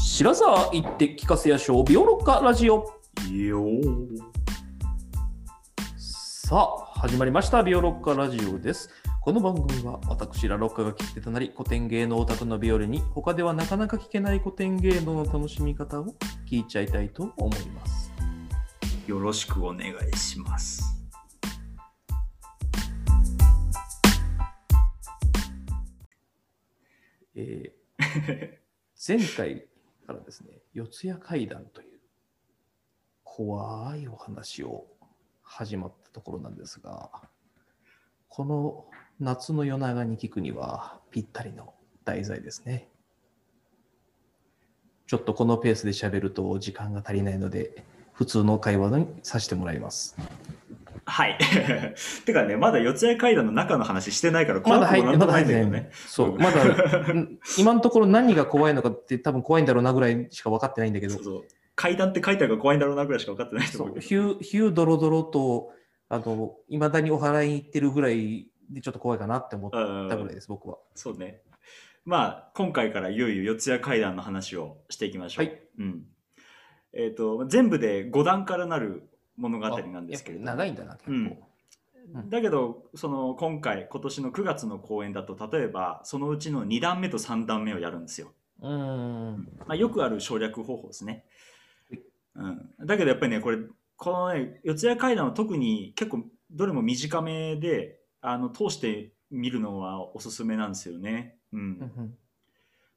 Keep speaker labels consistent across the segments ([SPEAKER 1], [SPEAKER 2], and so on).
[SPEAKER 1] 白沢行って聞かせやしょう、ビオロッカラジオ。
[SPEAKER 2] よー
[SPEAKER 1] さあ、始まりました、ビオロッカラジオです。この番組は私らロッカが聞き手となり、古典芸能オタクのビオレに、他ではなかなか聞けない古典芸能の楽しみ方を聞いちゃいたいと思います。
[SPEAKER 2] よろしくお願いします。
[SPEAKER 1] えー前回からですね、四谷怪談という怖いお話を始まったところなんですが、この夏の夜長に聞くにはぴったりの題材ですね。ちょっとこのペースで喋ると時間が足りないので、普通の会話にさせてもらいます。
[SPEAKER 2] はい。 てかね、まだ四谷階段の中の話してないから、
[SPEAKER 1] まだ入っ
[SPEAKER 2] 怖
[SPEAKER 1] て、
[SPEAKER 2] く
[SPEAKER 1] まだ
[SPEAKER 2] もな
[SPEAKER 1] 入
[SPEAKER 2] ん
[SPEAKER 1] って
[SPEAKER 2] ともな
[SPEAKER 1] ないい
[SPEAKER 2] ん
[SPEAKER 1] の
[SPEAKER 2] だ
[SPEAKER 1] ね。そう、ま だ、ん今のところ何が怖いのかって多分怖いんだろうなぐらいしか分かってないんだ
[SPEAKER 2] け
[SPEAKER 1] け
[SPEAKER 2] ど
[SPEAKER 1] ど
[SPEAKER 2] ね。そう。そう階段って書いてあるから怖いんだろうなぐらいしか分かってないと
[SPEAKER 1] そ
[SPEAKER 2] 思う
[SPEAKER 1] う
[SPEAKER 2] け
[SPEAKER 1] ヒュー、ヒュードロドロと、あの、いまだにお祓いに行ってるぐらいでちょっと怖いかなって思っ
[SPEAKER 2] ど。うん
[SPEAKER 1] たぐらいです、僕は。
[SPEAKER 2] そうね。まあ、今回からいよいよ四谷階段の話をしていきましょう。
[SPEAKER 1] はい
[SPEAKER 2] うん。えっ、と、全部で5段からなる物語なんですけれ
[SPEAKER 1] あ
[SPEAKER 2] ど
[SPEAKER 1] やっぱ長いんだな、結構。
[SPEAKER 2] う
[SPEAKER 1] う
[SPEAKER 2] ん
[SPEAKER 1] ん
[SPEAKER 2] だけどその今回今年の9月の公演だと例えばそのうちの2段目と3段目をやるんですよ、
[SPEAKER 1] うーん。
[SPEAKER 2] まあ、よくある省略方法ですね
[SPEAKER 1] はい、
[SPEAKER 2] うん、だけどやっぱりねこれこのね四谷階段は特に結構どれも短めであの通して見るのはおすすめなんですよね、うん
[SPEAKER 1] うんうん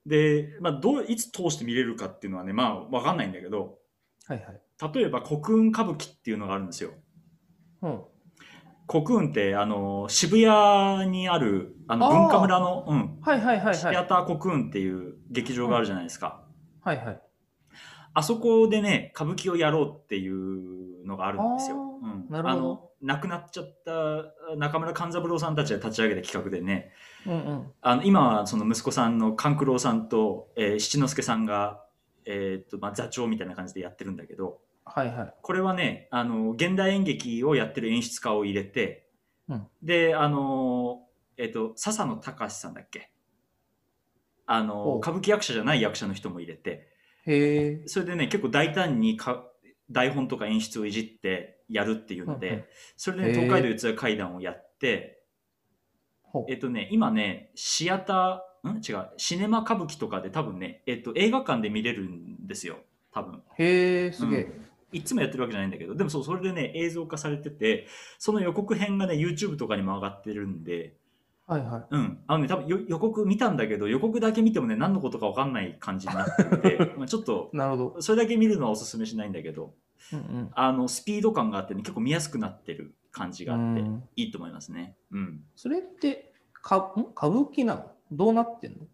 [SPEAKER 2] で、まあ、どういつ通して見れるかっていうのはねまあ分かんないんだけど
[SPEAKER 1] はいはい。
[SPEAKER 2] 例えば国運歌舞伎っていうのがあるんですよ
[SPEAKER 1] うん。
[SPEAKER 2] 国運ってあの渋谷にあるあの
[SPEAKER 1] あー
[SPEAKER 2] 文化村の、うん、
[SPEAKER 1] はいはいはい
[SPEAKER 2] シア
[SPEAKER 1] はい。
[SPEAKER 2] ターコクーンっていう劇場があるじゃないですか。
[SPEAKER 1] はいはい。
[SPEAKER 2] あそこでね、歌舞伎をやろうっていうのがあるんですよ。
[SPEAKER 1] あー
[SPEAKER 2] うん
[SPEAKER 1] なるほど
[SPEAKER 2] あの亡くなっちゃった中村勘三郎さんたちが立ち上げた企画でね、
[SPEAKER 1] うんうん。
[SPEAKER 2] あの今はその息子さんの勘九郎さんと、えー七之助さんが、えーっとまあ、座長みたいな感じでやってるんだけど、
[SPEAKER 1] はいはい。
[SPEAKER 2] これはね、あの現代演劇をやってる演出家を入れて、
[SPEAKER 1] うん
[SPEAKER 2] で、あの、えっ、と、笹野隆さんだっけあの
[SPEAKER 1] お、
[SPEAKER 2] 歌舞伎役者じゃない役者の人も入れて、
[SPEAKER 1] へえ。
[SPEAKER 2] それでね、結構大胆にか台本とか演出をいじってやるっていうので、
[SPEAKER 1] うんうん
[SPEAKER 2] それで、ね、
[SPEAKER 1] へー
[SPEAKER 2] 東海道四谷階段をやって、
[SPEAKER 1] ほう
[SPEAKER 2] えっ、とね、今ね、シアター、ん違う、シネマ歌舞伎とかで多分ね、えっ、と、映画館で見れるんですよ、多分。
[SPEAKER 1] へえ、すげ
[SPEAKER 2] う
[SPEAKER 1] え。
[SPEAKER 2] んいつもやってるわけじゃないんだけど、でもそう、それでね、映像化されてて、その予告編がね、YouTube とかにも上がってるんで、
[SPEAKER 1] はいはい。
[SPEAKER 2] うん。あのね、多分よ予告見たんだけど、予告だけ見てもね、何のことかわかんない感じになってるんで、 まあちょっと、
[SPEAKER 1] なるほど。
[SPEAKER 2] それだけ見るのはおすすめしないんだけど、
[SPEAKER 1] うんうん
[SPEAKER 2] あの、スピード感があってね、結構見やすくなってる感じがあって
[SPEAKER 1] う、ん
[SPEAKER 2] いいと思いますね。うん。
[SPEAKER 1] それって、かん歌舞伎なのどうなってんの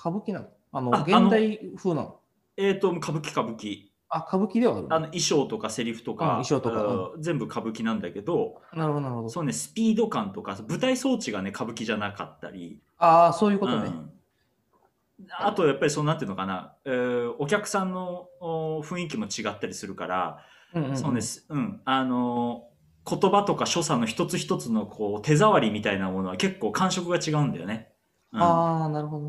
[SPEAKER 1] 歌舞伎なのあの、
[SPEAKER 2] ああの
[SPEAKER 1] 現代風なの
[SPEAKER 2] えっ、と、歌舞伎歌舞伎。
[SPEAKER 1] あ、歌舞伎ではある
[SPEAKER 2] あの、衣装とかセリフと
[SPEAKER 1] うん
[SPEAKER 2] か、
[SPEAKER 1] 衣装とか
[SPEAKER 2] うん全部歌舞伎なんだけど、
[SPEAKER 1] なるほどなるほど。
[SPEAKER 2] そのね、スピード感とか、舞台装置がね、歌舞伎じゃなかったり、
[SPEAKER 1] ああ、そういうことね。
[SPEAKER 2] うんあとやっぱりそのなんていうのかな、えーお客さんのお雰囲気も違ったりするから、
[SPEAKER 1] うんうんうん
[SPEAKER 2] そうです、うん、あのー言葉とか所作の一つ一つのこう手触りみたいなものは結構感触が違うんだよね。うん
[SPEAKER 1] ああ、なるほど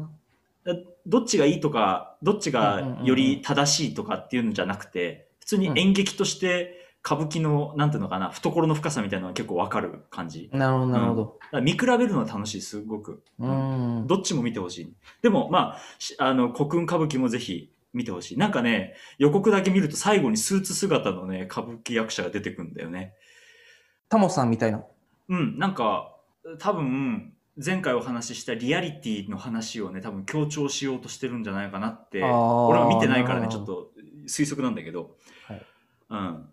[SPEAKER 1] な。
[SPEAKER 2] どっちがいいとか、どっち
[SPEAKER 1] うんうんうん
[SPEAKER 2] が
[SPEAKER 1] うん
[SPEAKER 2] より正しいとかっていうのじゃなくて、普通に演劇として歌舞伎の、なんていうのかな、懐の深さみたいなのが結構わかる感じ。
[SPEAKER 1] なるほど、なるほど。
[SPEAKER 2] だから見比べるのは楽しい、すごく。
[SPEAKER 1] う
[SPEAKER 2] うん
[SPEAKER 1] ん。
[SPEAKER 2] どっちも見てほしい。でも、まあ、しあの、国運歌舞伎もぜひ見てほしい。なんかね、予告だけ見ると最後にスーツ姿のね、歌舞伎役者が出てくんだよね。
[SPEAKER 1] タモさんみたいな。
[SPEAKER 2] うん、なんか、多分、前回お話ししたリアリティの話をね、多分強調しようとしてるんじゃないかなって、
[SPEAKER 1] あー
[SPEAKER 2] 俺は見てないから
[SPEAKER 1] な
[SPEAKER 2] ね、ち
[SPEAKER 1] る
[SPEAKER 2] ょっ
[SPEAKER 1] ほど
[SPEAKER 2] と推測なんだけど。
[SPEAKER 1] はい
[SPEAKER 2] うん。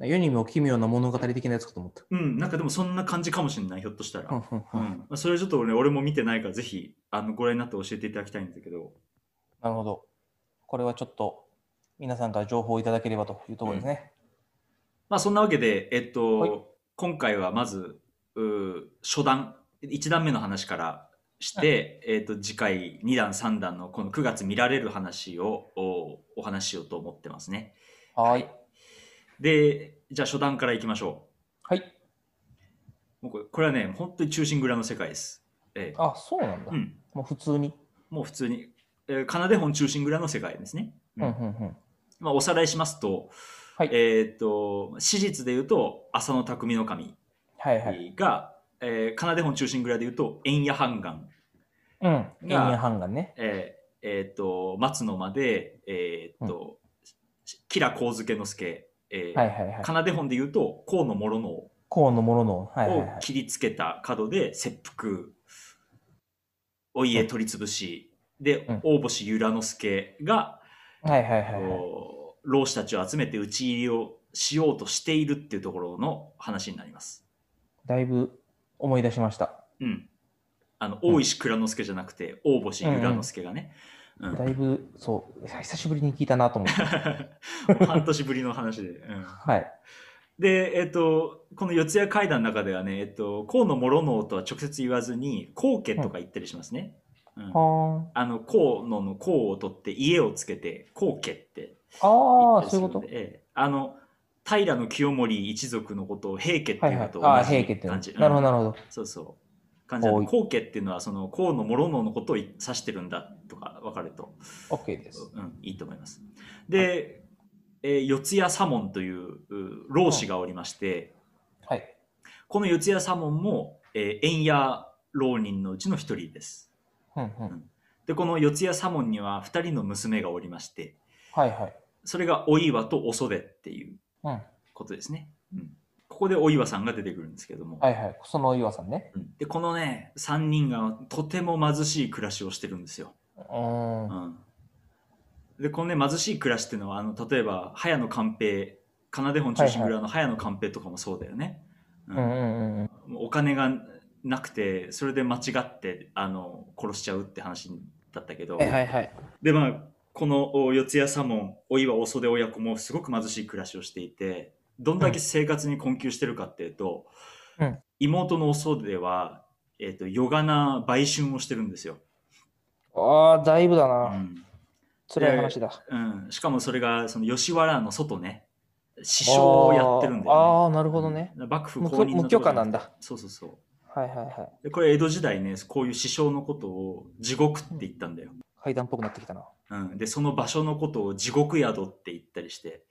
[SPEAKER 1] 世にも奇妙な物語的なやつかと思った。
[SPEAKER 2] うん、なんかでもそんな感じかもしれない、ひょっとしたら。
[SPEAKER 1] うんうん
[SPEAKER 2] う
[SPEAKER 1] うんん
[SPEAKER 2] まあそれはちょっとね、俺も見てないから、ぜひ、あの、ご覧になって教えていただきたいんだけど。
[SPEAKER 1] なるほど。これはちょっと皆さんから情報をいただければというところですね。
[SPEAKER 2] まあそんなわけで、えっと、
[SPEAKER 1] はい
[SPEAKER 2] 今回はまず、うー初段、1段目の話からして、えっと、次回2段、3段のこの9月見られる話をおお話ししようと思ってますね。
[SPEAKER 1] はーい。
[SPEAKER 2] で、じゃあ初段からいきましょ
[SPEAKER 1] はい。
[SPEAKER 2] う。もうこれこれはね、本当に忠臣蔵の世界です。ええ
[SPEAKER 1] あ、そうなんだ。
[SPEAKER 2] うん、
[SPEAKER 1] もう普通に。
[SPEAKER 2] もう普通にえー、奏で本中心蔵の世界ですね。
[SPEAKER 1] うんうんうん。
[SPEAKER 2] まあ、おさらいしますと、
[SPEAKER 1] はい
[SPEAKER 2] えーっ、と、史実で言うと、浅野匠の神
[SPEAKER 1] はい
[SPEAKER 2] が、
[SPEAKER 1] はい。
[SPEAKER 2] えー、奏で本中心蔵で言うと、円谷半岸、
[SPEAKER 1] うん。延々半がね。
[SPEAKER 2] えーえーっ、と、松野まで、えーっ、と、吉良幸助之助、えー
[SPEAKER 1] はいはいはい。
[SPEAKER 2] 奏で本で言うと、河野諸能
[SPEAKER 1] 河野諸の。はいはい
[SPEAKER 2] を
[SPEAKER 1] はい。
[SPEAKER 2] 切りつけた角で切腹、お家取り潰し、で
[SPEAKER 1] うん、
[SPEAKER 2] 大星由良之助が、
[SPEAKER 1] はいはいはいはい。
[SPEAKER 2] こう浪士たちを集めて討ち入りをしようとしているっていうところの話になります。
[SPEAKER 1] だいぶ思い出しました。
[SPEAKER 2] うん。あの、大石蔵之助じゃなくて、大星由良之助がね。 うん
[SPEAKER 1] だいぶ、そう、久しぶりに聞いたなと思っ て。
[SPEAKER 2] 半年ぶりの話で。うん
[SPEAKER 1] はい。
[SPEAKER 2] で、えっと、この四谷怪談の中ではね、えっと、河野諸能とは直接言わずに、皇家とか言ったりしますね。うん
[SPEAKER 1] は
[SPEAKER 2] あの、河野の皇を取って家をつけて、皇家って
[SPEAKER 1] あ。ああ、
[SPEAKER 2] 言った
[SPEAKER 1] そ
[SPEAKER 2] りす
[SPEAKER 1] ういう
[SPEAKER 2] る
[SPEAKER 1] ん
[SPEAKER 2] で
[SPEAKER 1] こと。
[SPEAKER 2] ええあの、平清盛一族のことを平家って
[SPEAKER 1] はいいうは
[SPEAKER 2] の
[SPEAKER 1] い
[SPEAKER 2] と。
[SPEAKER 1] ああ、
[SPEAKER 2] 同
[SPEAKER 1] 平
[SPEAKER 2] じ
[SPEAKER 1] 家っていうの
[SPEAKER 2] 感じ。
[SPEAKER 1] なるほど、
[SPEAKER 2] うん
[SPEAKER 1] なるほど。
[SPEAKER 2] そうそう。感じなの
[SPEAKER 1] おい
[SPEAKER 2] 後家っていうのは、その、河野諸能のことを指してるんだとか分かると、
[SPEAKER 1] OK です。
[SPEAKER 2] うん、いいと思います。で、えー四谷左門というう老子がおりまして、
[SPEAKER 1] はい。
[SPEAKER 2] この四谷左門も、えー、円谷浪人のうちの一人です。
[SPEAKER 1] うんうん。
[SPEAKER 2] で、この四谷左門には二人の娘がおりまして、
[SPEAKER 1] はいはい。
[SPEAKER 2] それがお岩とお袖っていう
[SPEAKER 1] うん。
[SPEAKER 2] ことですね。うん、ここでお岩さんが出てくるんですけども、
[SPEAKER 1] はいはい。その岩さんね。
[SPEAKER 2] うんでこのね3人がとても貧しい暮らしをしてるんですよ。
[SPEAKER 1] うーん。
[SPEAKER 2] う
[SPEAKER 1] は
[SPEAKER 2] ん、でこのね貧しい暮らしっていうのはあの例えば早野寛平奏で本中心蔵の早野寛平とかもそうだよね。
[SPEAKER 1] うんうんうんうん。
[SPEAKER 2] うんお金がなくてそれで間違ってあの殺しちゃうって話だったけど、
[SPEAKER 1] はいはいはい。
[SPEAKER 2] でまあこのお四谷左門お岩お袖親子もすごく貧しい暮らしをしていてどんだけ生活に困窮してるかっていうと、
[SPEAKER 1] うん
[SPEAKER 2] 妹のお袖は、えっとヨガな売春をしてるんですよ、
[SPEAKER 1] ああ、だいぶだ
[SPEAKER 2] う
[SPEAKER 1] な。
[SPEAKER 2] ん
[SPEAKER 1] 辛い話だ。
[SPEAKER 2] うんしかもそれがその吉原の外ね師匠をやってるんだ
[SPEAKER 1] あ
[SPEAKER 2] よ、ね
[SPEAKER 1] ーあー、なるほどね。
[SPEAKER 2] うん幕府
[SPEAKER 1] 無
[SPEAKER 2] 公
[SPEAKER 1] 許
[SPEAKER 2] 認
[SPEAKER 1] 無
[SPEAKER 2] のと
[SPEAKER 1] 許
[SPEAKER 2] こじ
[SPEAKER 1] 可
[SPEAKER 2] ゃ
[SPEAKER 1] な
[SPEAKER 2] く
[SPEAKER 1] ん
[SPEAKER 2] て
[SPEAKER 1] だ。
[SPEAKER 2] そうそうそう
[SPEAKER 1] はいはいはい。
[SPEAKER 2] でこれ江戸時代ねこういう師匠のことを地獄って言ったんだよ、
[SPEAKER 1] 階段っぽくなってきたな。は
[SPEAKER 2] うん、でその場所のことを地獄宿って言ったりして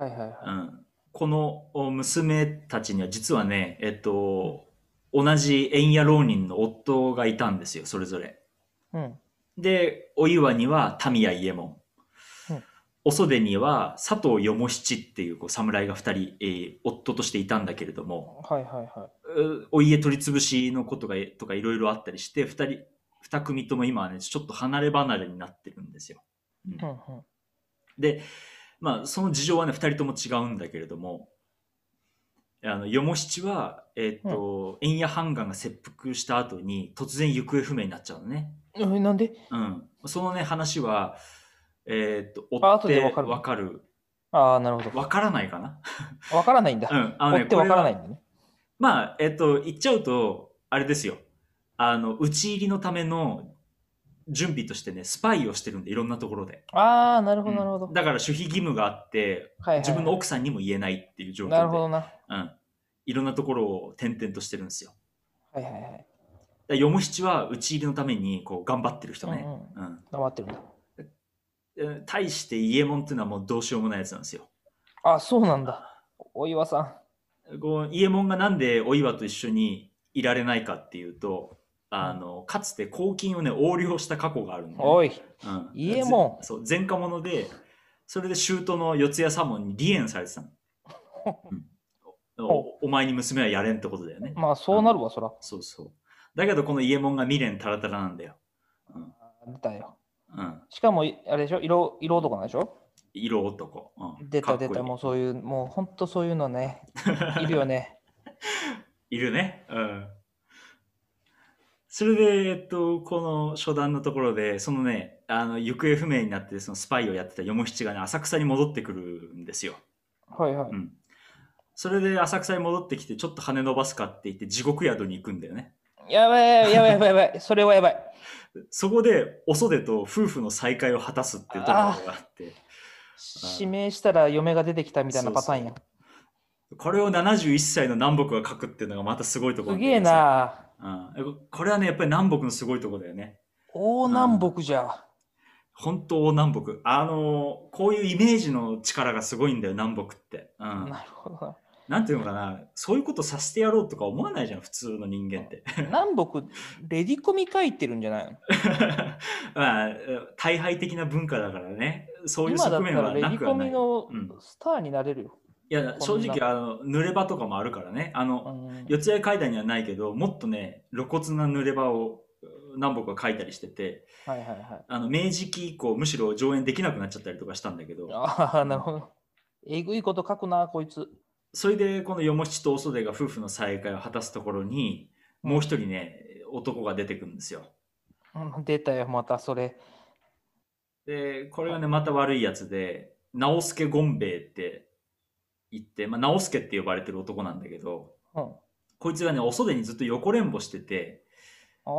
[SPEAKER 1] いはいは
[SPEAKER 2] うんこのお娘たちには実はね、えっと、同じ縁野浪人の夫がいたんですよ、それぞれ。
[SPEAKER 1] い。うん。
[SPEAKER 2] で、お岩には民谷伊右衛門
[SPEAKER 1] うん。
[SPEAKER 2] お袖には佐藤よも七っていうこう侍が二人、えー夫としていたんだけれども、
[SPEAKER 1] はいはいは
[SPEAKER 2] うお家取り潰しのことがとかいろいろあったりして、二人、二組とも今はね、ちょっと離れ離れになってるんですよ。うん
[SPEAKER 1] い。うんうん。
[SPEAKER 2] で、まあ、その事情はね、二人とも違うんだけれども、あの、よも七は、えっ、と、円谷半岸が切腹した後に、突然行方不明になっちゃうのね。
[SPEAKER 1] えなんで
[SPEAKER 2] うん。そのね、話は、えっ、と、追
[SPEAKER 1] あ
[SPEAKER 2] っ
[SPEAKER 1] 後で
[SPEAKER 2] て
[SPEAKER 1] わかる
[SPEAKER 2] わかる。
[SPEAKER 1] ああ、なるほ
[SPEAKER 2] わからないかな
[SPEAKER 1] ど。わからないんだ
[SPEAKER 2] う。ん。あの
[SPEAKER 1] 追
[SPEAKER 2] ね、
[SPEAKER 1] ってわから
[SPEAKER 2] これ
[SPEAKER 1] ない
[SPEAKER 2] は
[SPEAKER 1] んだね。
[SPEAKER 2] まあ、えっ、と、言っちゃうと、あれですよ。あの、討ち入りのための準備としてね、スパイをしてるんで、いろんなところで。
[SPEAKER 1] ああ、なるほどなるほど。
[SPEAKER 2] うんだから、守秘義務があって、
[SPEAKER 1] はいはいはい
[SPEAKER 2] 自分の奥さんにも言えないっていう状況で、
[SPEAKER 1] なるほどな。
[SPEAKER 2] うん、いろんなところを転々としてるんですよ。
[SPEAKER 1] はいはいはい。
[SPEAKER 2] だからよも七は討ち入りのためにこう頑張ってる人
[SPEAKER 1] う
[SPEAKER 2] ね。
[SPEAKER 1] んうん。
[SPEAKER 2] うん
[SPEAKER 1] 黙ってるんだ。
[SPEAKER 2] で対して伊右衛門っていうのはもうどうしようもないやつなんですよ。
[SPEAKER 1] あ、そうなんだ。お岩さん。
[SPEAKER 2] こう伊右衛門がなんでお岩と一緒にいられないかっていうとあのかつて公金をね横領した過去があるんで、
[SPEAKER 1] おい。
[SPEAKER 2] うん
[SPEAKER 1] 伊右衛門
[SPEAKER 2] ぜそう前科者でそれで舅の四谷左門に離縁されて たの、うんおお前に娘はやれんってことだよね。
[SPEAKER 1] まあ、そうなるわ、そら。
[SPEAKER 2] そうそう。だけど、この伊右衛門が未練たらたらなんだよ。うん。
[SPEAKER 1] 出たよ。
[SPEAKER 2] うん、
[SPEAKER 1] しかも、いあれでしょ色、色男なんでしょ
[SPEAKER 2] 色男。うん、
[SPEAKER 1] 出
[SPEAKER 2] か
[SPEAKER 1] た
[SPEAKER 2] っこい
[SPEAKER 1] 出
[SPEAKER 2] い
[SPEAKER 1] た、もうそういう、もう本当そういうの ね。いるよね。
[SPEAKER 2] いるね。うん。それで、えっと、この初段のところで、そのね、あの、行方不明になって、そのスパイをやってたよも七がね、浅草に戻ってくるんですよ。
[SPEAKER 1] はいはい。
[SPEAKER 2] うん。それで浅草に戻ってきて、ちょっと羽伸ばすかって言って、地獄宿に行くんだよね。
[SPEAKER 1] やばいやばいやばいやば い。それはやばい。
[SPEAKER 2] そこで、お袖と夫婦の再会を果たすっていうところがあって。
[SPEAKER 1] 指名したら嫁が出てきたみたいなパターンや。
[SPEAKER 2] これを71歳の南北が書くっていうのがまたすごいところ
[SPEAKER 1] す
[SPEAKER 2] ん
[SPEAKER 1] げ
[SPEAKER 2] だよ
[SPEAKER 1] え
[SPEAKER 2] ね、
[SPEAKER 1] な。
[SPEAKER 2] うんこれはね、やっぱり南北のすごいところだよね。
[SPEAKER 1] 大南北じゃ。
[SPEAKER 2] 本当南北あのこういうイメージの力がすごいんだよ南北って、うん、
[SPEAKER 1] なるほどな。
[SPEAKER 2] なんていうのかなそういうことさせてやろうとか思わないじゃん普通の人間って
[SPEAKER 1] 南北、レディコミ書いてるんじゃないの
[SPEAKER 2] まあ大敗的な文化だからねそういう
[SPEAKER 1] 今だ
[SPEAKER 2] 側
[SPEAKER 1] った
[SPEAKER 2] 面
[SPEAKER 1] ら
[SPEAKER 2] は
[SPEAKER 1] レデ
[SPEAKER 2] な
[SPEAKER 1] ィ
[SPEAKER 2] く
[SPEAKER 1] コ
[SPEAKER 2] はな
[SPEAKER 1] ミ
[SPEAKER 2] い
[SPEAKER 1] の
[SPEAKER 2] うん
[SPEAKER 1] スターになれるよ。
[SPEAKER 2] いや
[SPEAKER 1] こ
[SPEAKER 2] 正
[SPEAKER 1] んな
[SPEAKER 2] 直あの濡れ場とかもあるからねあの、
[SPEAKER 1] うん
[SPEAKER 2] 四谷階段にはないけどもっとね露骨な濡れ場を南北は書いたりしてて
[SPEAKER 1] はいはいはい。
[SPEAKER 2] あの明治期以降むしろ上演できなくなっちゃったりとかしたんだけど
[SPEAKER 1] ああ、なるほど。えぐいこと書くな、こいつ。
[SPEAKER 2] それでこのよもしとおそでが夫婦の再会を果たすところにもう一人ね男が出てくるんですよ
[SPEAKER 1] うん出たよ、またそれ。
[SPEAKER 2] でこれがねまた悪いやつで直輔権兵衛って言って、まあ、直輔って呼ばれてる男なんだけど
[SPEAKER 1] うん。
[SPEAKER 2] こいつがねおそでにずっと横連ぼしてて
[SPEAKER 1] あ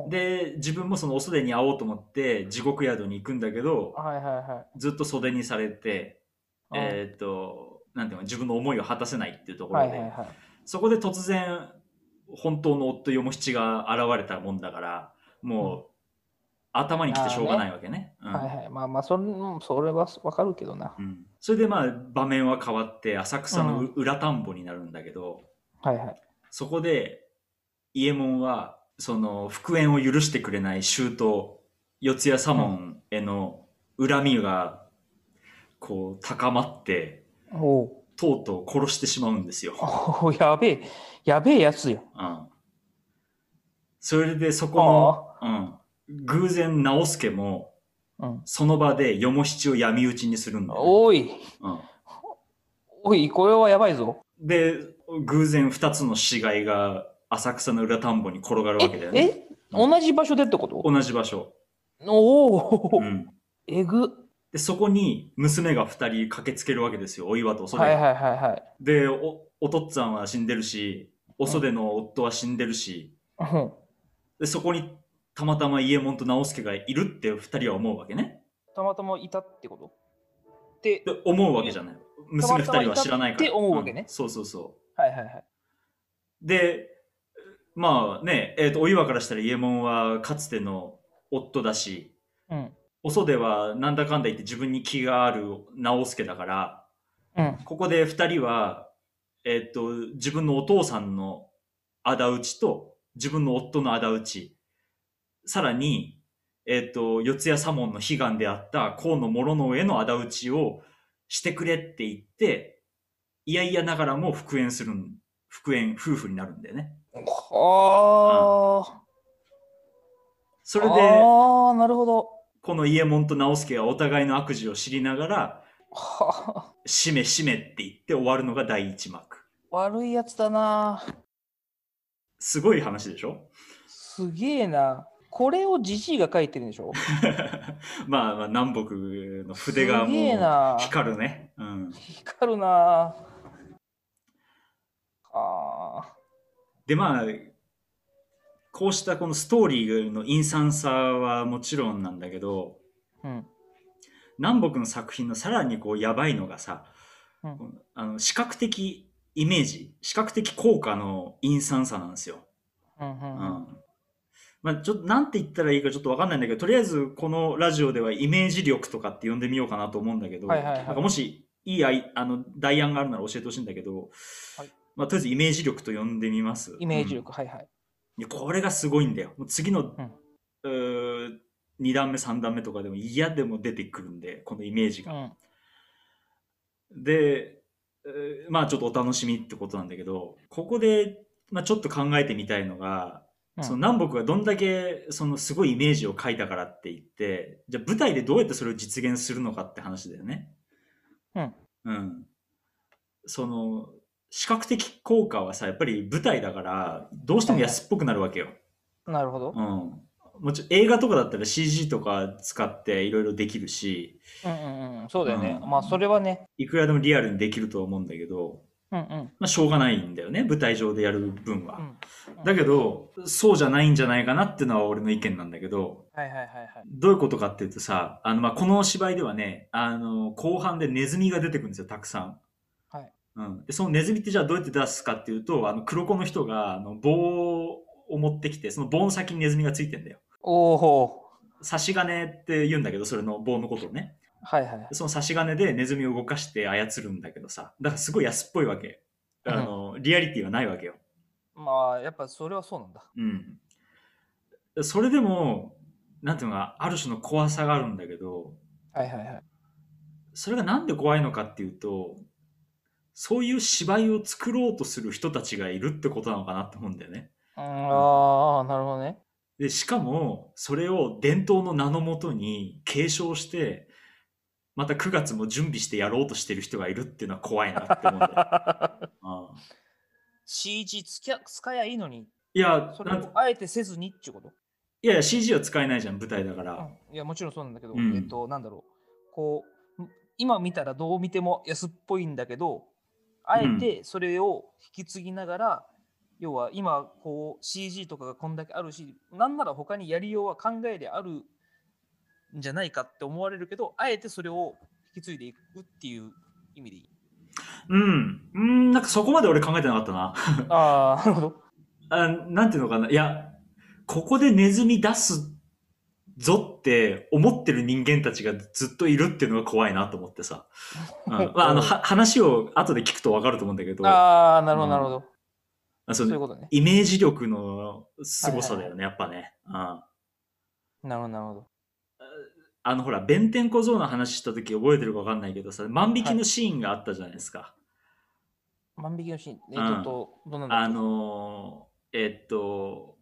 [SPEAKER 2] うん、で自分もそのお袖に会おうと思って地獄宿に行くんだけど
[SPEAKER 1] あ。はいはいはい。
[SPEAKER 2] ずっと袖にされて
[SPEAKER 1] あー
[SPEAKER 2] えーっとなんていうの自分の思いを果たせないっていうところ
[SPEAKER 1] は
[SPEAKER 2] で、
[SPEAKER 1] いはいはい。
[SPEAKER 2] そこで突然本当の夫よも七が現れたもんだからもう、頭にきてしょうがないわけね。うん
[SPEAKER 1] はいはい。まあまあ、それうんそれはわかるけどな。
[SPEAKER 2] うんそれでまあ場面は変わって浅草のう裏田んぼになるんだけど、
[SPEAKER 1] はいはい。
[SPEAKER 2] そこで、伊右衛門は、その、復縁を許してくれない周到、四谷左門への恨みが、こう、高まって、
[SPEAKER 1] おう
[SPEAKER 2] とうとう殺してしまうんですよ。
[SPEAKER 1] おう、やべえ、やべえやつや。
[SPEAKER 2] うん。それで、そこの、うん。偶然、直輔も、
[SPEAKER 1] うん、
[SPEAKER 2] その場で、よも七を闇討ちにするんだよ、
[SPEAKER 1] おい、
[SPEAKER 2] うん。
[SPEAKER 1] おい、これはやばいぞ。
[SPEAKER 2] で、偶然、二つの死骸が、浅草の裏田んぼに転がるわけだ
[SPEAKER 1] え
[SPEAKER 2] よ、ね。
[SPEAKER 1] え、同じ場所でってこと
[SPEAKER 2] 同じ場所。
[SPEAKER 1] おお、
[SPEAKER 2] うん。
[SPEAKER 1] えぐ。
[SPEAKER 2] で、そこに娘が二人駆けつけるわけですよ、お岩とお袖
[SPEAKER 1] は
[SPEAKER 2] が。
[SPEAKER 1] いはいはいはい。
[SPEAKER 2] でお、お父っつぁんは死んでるし、お袖の夫は死んでるし、
[SPEAKER 1] うん
[SPEAKER 2] で、そこにたまたま伊右衛門と直輔がいるって二人は思うわけね。
[SPEAKER 1] たまたまいたってことで、
[SPEAKER 2] で、思うわけじゃない。娘二人は知
[SPEAKER 1] たま
[SPEAKER 2] らないから。
[SPEAKER 1] たまいたって思うわけね
[SPEAKER 2] んそうそうそ
[SPEAKER 1] はいはいはい。
[SPEAKER 2] う。で、まあね、えっ、と、お岩からしたら伊右衛門はかつての夫だし、
[SPEAKER 1] うん。
[SPEAKER 2] お袖はなんだかんだ言って自分に気がある直輔だから、
[SPEAKER 1] うん。
[SPEAKER 2] ここで二人は、えっと、自分のお父さんの仇討ちと、自分の夫の仇討ち、さらに、えっと、四谷左門の悲願であった河野諸のへの仇討ちをしてくれって言って、いやいやながらも復縁するん、復縁夫婦になるんだよね。
[SPEAKER 1] はあ。
[SPEAKER 2] それで、
[SPEAKER 1] ああ、なるほど。
[SPEAKER 2] この伊右衛門と直輔はお互いの悪事を知りながら、
[SPEAKER 1] はあ、
[SPEAKER 2] しめしめって言って終わるのが第一幕。
[SPEAKER 1] 悪いやつだな。
[SPEAKER 2] すごい話でしょ
[SPEAKER 1] すげえな。これをじじいが書いてるんでしょ
[SPEAKER 2] まあまあ南北の筆が
[SPEAKER 1] すげえ
[SPEAKER 2] もう
[SPEAKER 1] な。
[SPEAKER 2] 光るね。うん、
[SPEAKER 1] 光るな。ああ。
[SPEAKER 2] でまあこうしたこのストーリーの陰惨さはもちろんなんだけど
[SPEAKER 1] うん。
[SPEAKER 2] 南北の作品のさらにこうやばいのがさ、
[SPEAKER 1] うん
[SPEAKER 2] このあの視覚的イメージ視覚的効果の陰惨さなんですよ。
[SPEAKER 1] うんう
[SPEAKER 2] う
[SPEAKER 1] ん
[SPEAKER 2] ん
[SPEAKER 1] うん。
[SPEAKER 2] まあ、ちょっとなんて言ったらいいかちょっとわかんないんだけどとりあえずこのラジオではイメージ力とかって呼んでみようかなと思うんだけど、
[SPEAKER 1] はいはいはい
[SPEAKER 2] なんかもしいいあいあの代案があるなら教えてほしいんだけど、
[SPEAKER 1] はい
[SPEAKER 2] まあ、とりあえずイメージ力と呼んでみます
[SPEAKER 1] イメージ、
[SPEAKER 2] うん
[SPEAKER 1] 力、はいはい。
[SPEAKER 2] いやこれがすごいんだよもう次の、
[SPEAKER 1] うん
[SPEAKER 2] うー2段目3段目とかでも嫌でも出てくるんでこのイメージ
[SPEAKER 1] う
[SPEAKER 2] が、
[SPEAKER 1] ん。
[SPEAKER 2] で、えーまあちょっとお楽しみってことなんだけどここで、まあ、ちょっと考えてみたいのが
[SPEAKER 1] うん
[SPEAKER 2] その南北がどんだけそのすごいイメージを描いたからって言ってじゃあ舞台でどうやってそれを実現するのかって話だよね。
[SPEAKER 1] うん、
[SPEAKER 2] うん、その視覚的効果はさやっぱり舞台だからどうしても安っぽくなるわけよ。
[SPEAKER 1] なるほど
[SPEAKER 2] う。ん、もちろん映画とかだったら CG とか使っていろいろできるし
[SPEAKER 1] うんうんうん。そうだよね。
[SPEAKER 2] うん
[SPEAKER 1] まあ、それはね。
[SPEAKER 2] いくらでもリアルにできるとは思うんだけど、
[SPEAKER 1] うんうん。
[SPEAKER 2] まあ、しょうがないんだよね舞台上でやる分は。
[SPEAKER 1] うん
[SPEAKER 2] だけどそうじゃないんじゃないかなっていうのは俺の意見なんだけど。
[SPEAKER 1] はいはいはいはい。
[SPEAKER 2] どういうことかっていうとさ、あの、まあ、この芝居ではね、あの、後半でネズミが出てくるんですよ、たくさん。
[SPEAKER 1] はい。
[SPEAKER 2] うん。で、そのネズミってじゃあどうやって出すかっていうと、あの、黒子の人が、あの、棒を持ってきて、その棒の先にネズミがついてんだよ。
[SPEAKER 1] おお
[SPEAKER 2] 差し金って言うんだけど、それの棒のことをね。
[SPEAKER 1] はいはい。
[SPEAKER 2] その差し金でネズミを動かして操るんだけどさ、だからすごい安っぽいわけ。あの、リアリティはないわけよ。
[SPEAKER 1] まあ、やっぱそれはそうなんだ。
[SPEAKER 2] うん。それでも、なんていうのか、ある種の怖さがあるんだけど、
[SPEAKER 1] はいはいはい。
[SPEAKER 2] それがなんで怖いのかっていうと、そういう芝居を作ろうとする人たちがいるってことなのかなって思うんだよね。
[SPEAKER 1] うん、ああ、なるほどね。
[SPEAKER 2] で、しかも、それを伝統の名のもとに継承して、また9月も準備してやろうとしてる人がいるっていうのは怖いなって思うんだ よ。うん
[SPEAKER 1] CG つきゃ使やいいのに、
[SPEAKER 2] いや
[SPEAKER 1] それ
[SPEAKER 2] なん
[SPEAKER 1] をあえてせずにっていうこと、
[SPEAKER 2] いやいや CG は使えないじゃん舞台だから、
[SPEAKER 1] うん、いや、もちろんそうなんだけど、
[SPEAKER 2] うん
[SPEAKER 1] えっと、なんだろう。こう、ん今見たらどう見ても安っぽいんだけど、あえてそれを引き継ぎながら、要は今、こう CG とかがこんだけあるし、なんなら他にやりようは考えであるんじゃないかって思われるけど、あえてそれを引き継いでいくっていう意味でいい。
[SPEAKER 2] うんうんなんかそこまで俺考えてなかったな
[SPEAKER 1] ああ、なるほど。
[SPEAKER 2] あなんていうのかないやここでネズミ出すぞって思ってる人間たちがずっといるっていうのが怖いなと思っ てさ、うんまあ、あのは話を後で聞くと分かると思うんだけど
[SPEAKER 1] ああ、なるほ
[SPEAKER 2] うん
[SPEAKER 1] ど、なるほど。
[SPEAKER 2] あ
[SPEAKER 1] そ
[SPEAKER 2] そ
[SPEAKER 1] う
[SPEAKER 2] の
[SPEAKER 1] いうことね。
[SPEAKER 2] イメージ力の凄さだよね、やっぱね、うん、
[SPEAKER 1] なるほど、なるほど。
[SPEAKER 2] あのほら弁天小僧の話した時覚えてるか分かんないけどさ万引きのシーンがあったじゃないですか、
[SPEAKER 1] 万引きのシーン、え
[SPEAKER 2] うん
[SPEAKER 1] ちょっと、どんなんだ
[SPEAKER 2] あのーえっと、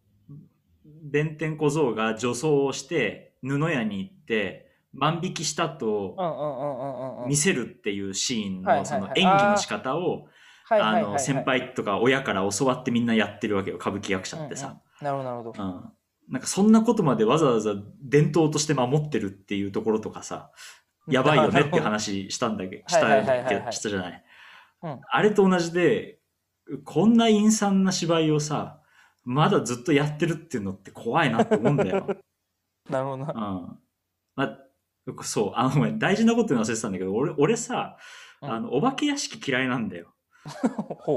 [SPEAKER 2] 弁天小僧が女装をして、布屋に行って、万引きしたと
[SPEAKER 1] うんうんうんうんうんうん。
[SPEAKER 2] 見せるっていうシーン
[SPEAKER 1] はいはいは
[SPEAKER 2] の
[SPEAKER 1] い
[SPEAKER 2] その演技の仕方を、
[SPEAKER 1] はいはい
[SPEAKER 2] あ
[SPEAKER 1] はいはい
[SPEAKER 2] の、先輩とか親から教わってみんなやってるわけよ、歌舞伎役者って
[SPEAKER 1] うんう
[SPEAKER 2] さ
[SPEAKER 1] ん。なるほど、なるほど。
[SPEAKER 2] うんなんかそんなことまでわざわざ伝統として守ってるっていうところとかさ、やばいよねっていう話したんだけど、し
[SPEAKER 1] はいはいは
[SPEAKER 2] た
[SPEAKER 1] いはいはい
[SPEAKER 2] したじゃない
[SPEAKER 1] うん。
[SPEAKER 2] あれと同じで、こんな陰惨な芝居をさ、まだずっとやってるっていうのって怖いなって思うんだ よ。
[SPEAKER 1] なるほどな
[SPEAKER 2] うん。まあ、そう、あの、ごめん大事なこと言うの忘れてたんだけど、俺、俺さ、
[SPEAKER 1] うん
[SPEAKER 2] あの、お化け屋敷嫌いなんだよ。
[SPEAKER 1] ほう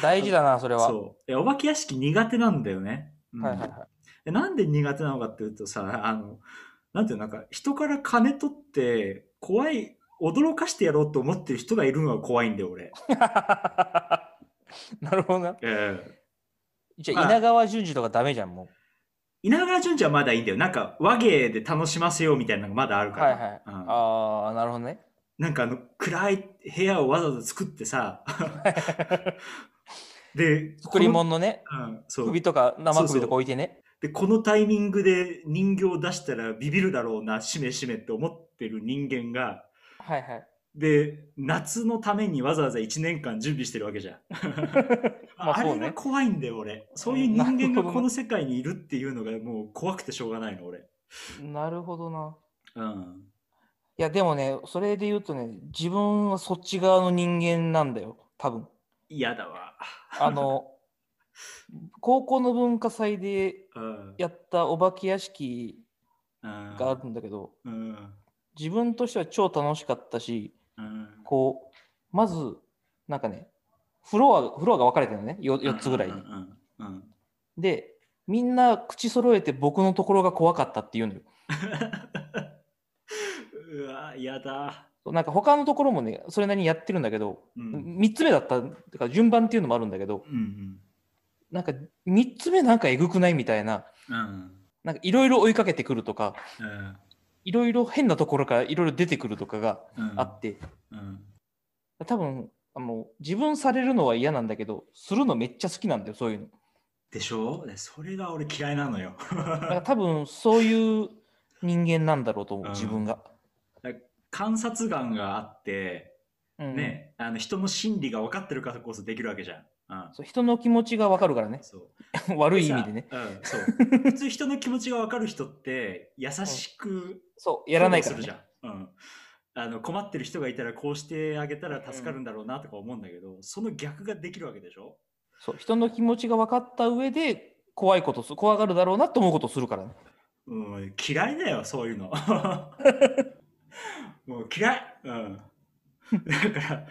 [SPEAKER 1] 大事だな、それは。
[SPEAKER 2] そう。えお化け屋敷苦手なんだよね。うん
[SPEAKER 1] はいはいはい。
[SPEAKER 2] でなんで苦手なのかっていうとさ、あの、なんていうの、なんか、人から金取って、怖い、驚かしてやろうと思ってる人がいるのが怖いんだよ、俺。
[SPEAKER 1] なるほどな。
[SPEAKER 2] ええ
[SPEAKER 1] じゃ
[SPEAKER 2] まあ
[SPEAKER 1] あ、稲川淳二とかダメじゃん、も
[SPEAKER 2] 稲川淳二はまだいいんだよ。なんか、和芸で楽しませようみたいなのがまだある
[SPEAKER 1] う。
[SPEAKER 2] から。
[SPEAKER 1] はいはい。
[SPEAKER 2] うん
[SPEAKER 1] ああ、なるほどね。
[SPEAKER 2] なんかあの、暗い部屋をわざわざ作って さ、で、
[SPEAKER 1] 作り物のね、
[SPEAKER 2] このうん、そう
[SPEAKER 1] 首。とか生
[SPEAKER 2] そう
[SPEAKER 1] 首
[SPEAKER 2] そ
[SPEAKER 1] と
[SPEAKER 2] う
[SPEAKER 1] か置いてね。
[SPEAKER 2] で、このタイミングで人形を出したらビビるだろうな、しめしめって思ってる人間が、
[SPEAKER 1] はいはい。
[SPEAKER 2] で、夏のためにわざわざ1年間準備してるわけ じゃん。
[SPEAKER 1] まあ
[SPEAKER 2] あ
[SPEAKER 1] そう
[SPEAKER 2] れ
[SPEAKER 1] ね
[SPEAKER 2] が怖いんだよ、俺。そういう
[SPEAKER 1] なるほど
[SPEAKER 2] 人間
[SPEAKER 1] な
[SPEAKER 2] がこの世界にいるっていうのがもう怖くてしょうがないの、俺。
[SPEAKER 1] なるほどな。
[SPEAKER 2] うん。
[SPEAKER 1] いや、でもね、それで言うとね、自分はそっち側の人間なんだよ、多分。
[SPEAKER 2] 嫌だわ。
[SPEAKER 1] あの、高校の文化祭で
[SPEAKER 2] うん。
[SPEAKER 1] やったお化け屋敷
[SPEAKER 2] うん
[SPEAKER 1] があるんだけど、
[SPEAKER 2] うん。
[SPEAKER 1] 自分としては超楽しかったし、
[SPEAKER 2] うん
[SPEAKER 1] こう、まず、なんかね、フロア、フロアが分かれてるのね、よ4つぐらいに
[SPEAKER 2] うんう。んうんうん
[SPEAKER 1] で、みんな口揃えて僕のところが怖かったって言うのよ。
[SPEAKER 2] うわ、やだ。
[SPEAKER 1] そうなんか他のところもね、それなりにやってるんだけど、
[SPEAKER 2] うん。
[SPEAKER 1] 3つ目だった、てか順番っていうのもあるんだけど、
[SPEAKER 2] うん。
[SPEAKER 1] なんか3つ目なんかえぐくないみたいな、
[SPEAKER 2] うん。
[SPEAKER 1] なんかいろいろ追いかけてくるとか、
[SPEAKER 2] うん。
[SPEAKER 1] いろいろ変なところからいろいろ出てくるとかがあ
[SPEAKER 2] あ
[SPEAKER 1] って、
[SPEAKER 2] うん。
[SPEAKER 1] 多分あの自分されるのは嫌なんだけど、するのめっちゃ好きなんだよ、そう いうの。
[SPEAKER 2] でしょでそれが俺嫌いなのよ。
[SPEAKER 1] だから多分そういう人間なんだろうと思う、
[SPEAKER 2] うん
[SPEAKER 1] 自分が。
[SPEAKER 2] 観察眼があって、
[SPEAKER 1] うん、
[SPEAKER 2] ね、あの人の心理が分かってるからこそできるわけじゃん。うん。
[SPEAKER 1] そう人の気持ちが分かるから ね
[SPEAKER 2] そう。
[SPEAKER 1] 悪い意味でね
[SPEAKER 2] さ。うん、 そう。普通人の気持ちが分かる人って、優しく、
[SPEAKER 1] そうやらないから、
[SPEAKER 2] す
[SPEAKER 1] ね
[SPEAKER 2] るじゃん。うん。あの困ってる人がいたらこうしてあげたら助かるんだろうなとか思うんだけど、その逆ができるわけでしょ
[SPEAKER 1] そう人の気持ちが分かった上で怖いことす怖がるだろうなと思うことするからね
[SPEAKER 2] うん、嫌いだよ、そういうの。 もう嫌い。うん。だから、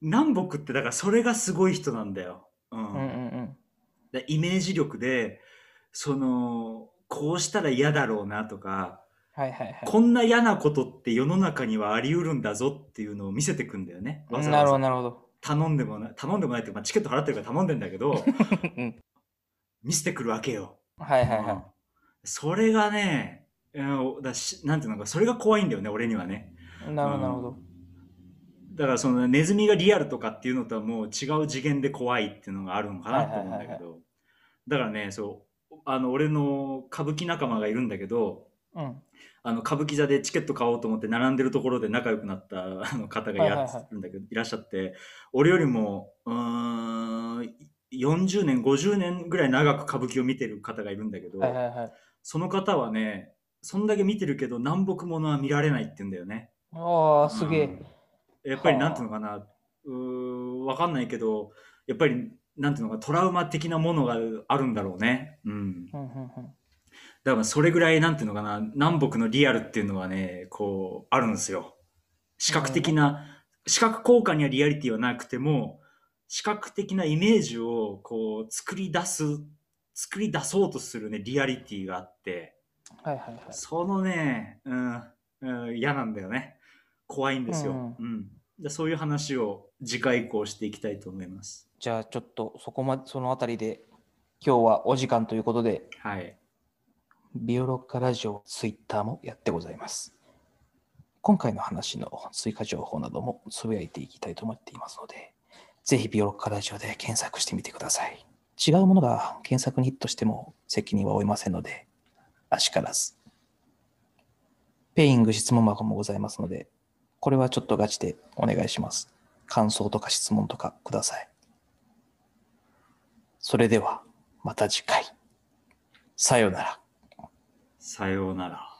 [SPEAKER 2] 南北って、だからそれがすごい人なんだよ。う。
[SPEAKER 1] うんうんん
[SPEAKER 2] でイメージ力で、その、こうしたら嫌だろうなとか、
[SPEAKER 1] はいはいはい。
[SPEAKER 2] こんな嫌なことって世の中にはあり得るんだぞっていうのを見せてくんだよね。わざ
[SPEAKER 1] なるほ
[SPEAKER 2] わ
[SPEAKER 1] ど
[SPEAKER 2] ざ
[SPEAKER 1] なるほど。
[SPEAKER 2] 頼んでもない、頼んでもないっていうか、まあ、チケット払ってるから頼んでんだけど、
[SPEAKER 1] うん
[SPEAKER 2] 見せてくるわけよ。
[SPEAKER 1] はいはい
[SPEAKER 2] うん
[SPEAKER 1] は
[SPEAKER 2] それがね、うんだし、なんていうのか、それが怖いんだよね、俺にはね。
[SPEAKER 1] い。なるほどなるほど。
[SPEAKER 2] だからそのネズミがリアルとかっていうのとはもう違う次元で怖いっていうのがあるのかなと思うんだ
[SPEAKER 1] は
[SPEAKER 2] け
[SPEAKER 1] いはい
[SPEAKER 2] どだからねそうあの俺の歌舞伎仲間がいるんだけど
[SPEAKER 1] うん。
[SPEAKER 2] あの歌舞伎座でチケット買おうと思って並んでるところで仲良くなった あの方がいらっしゃるんだけど、いらっしゃって俺よりもうーん40年50年ぐらい長く歌舞伎を見てる方がいるんだけど、
[SPEAKER 1] はいはいはい。
[SPEAKER 2] その方はねそんだけ見てるけど南北ものは見られないって言うんだよね。
[SPEAKER 1] ああ、すげえ。
[SPEAKER 2] やっぱり
[SPEAKER 1] はあ
[SPEAKER 2] なんていうのかな、うーわかんないけど、やっぱりなんていうのか、トラウマ的なものがあるんだろうね。うん。
[SPEAKER 1] うんうんうん
[SPEAKER 2] だからそれぐらいなんていうのかな、南北のリアルっていうのはね、こう、あるんですよ。視覚的な、視覚効果にはリアリティはなくても、視覚的なイメージをこう作り出す、作り出そうとするね、リアリティがあって、
[SPEAKER 1] はいはいはい。
[SPEAKER 2] そのね、うん、うん嫌なんだよね。怖いんですよ。
[SPEAKER 1] うん
[SPEAKER 2] うんでそういう話を次回以降していきたいと思います。
[SPEAKER 1] じゃあちょっとそこまそのあたりで今日はお時間ということで
[SPEAKER 2] はい。
[SPEAKER 1] ビオロッカラジオツイッターもやってございます。今回の話の追加情報などもつぶやいていきたいと思っていますので、ぜひビオロッカラジオで検索してみてください。違うものが検索にヒットしても責任は負いませんので、あしからず。ペイング質問箱もございますので、これはちょっとガチでお願いします。感想とか質問とかください。それでは、また次回。さようなら。
[SPEAKER 2] さようなら。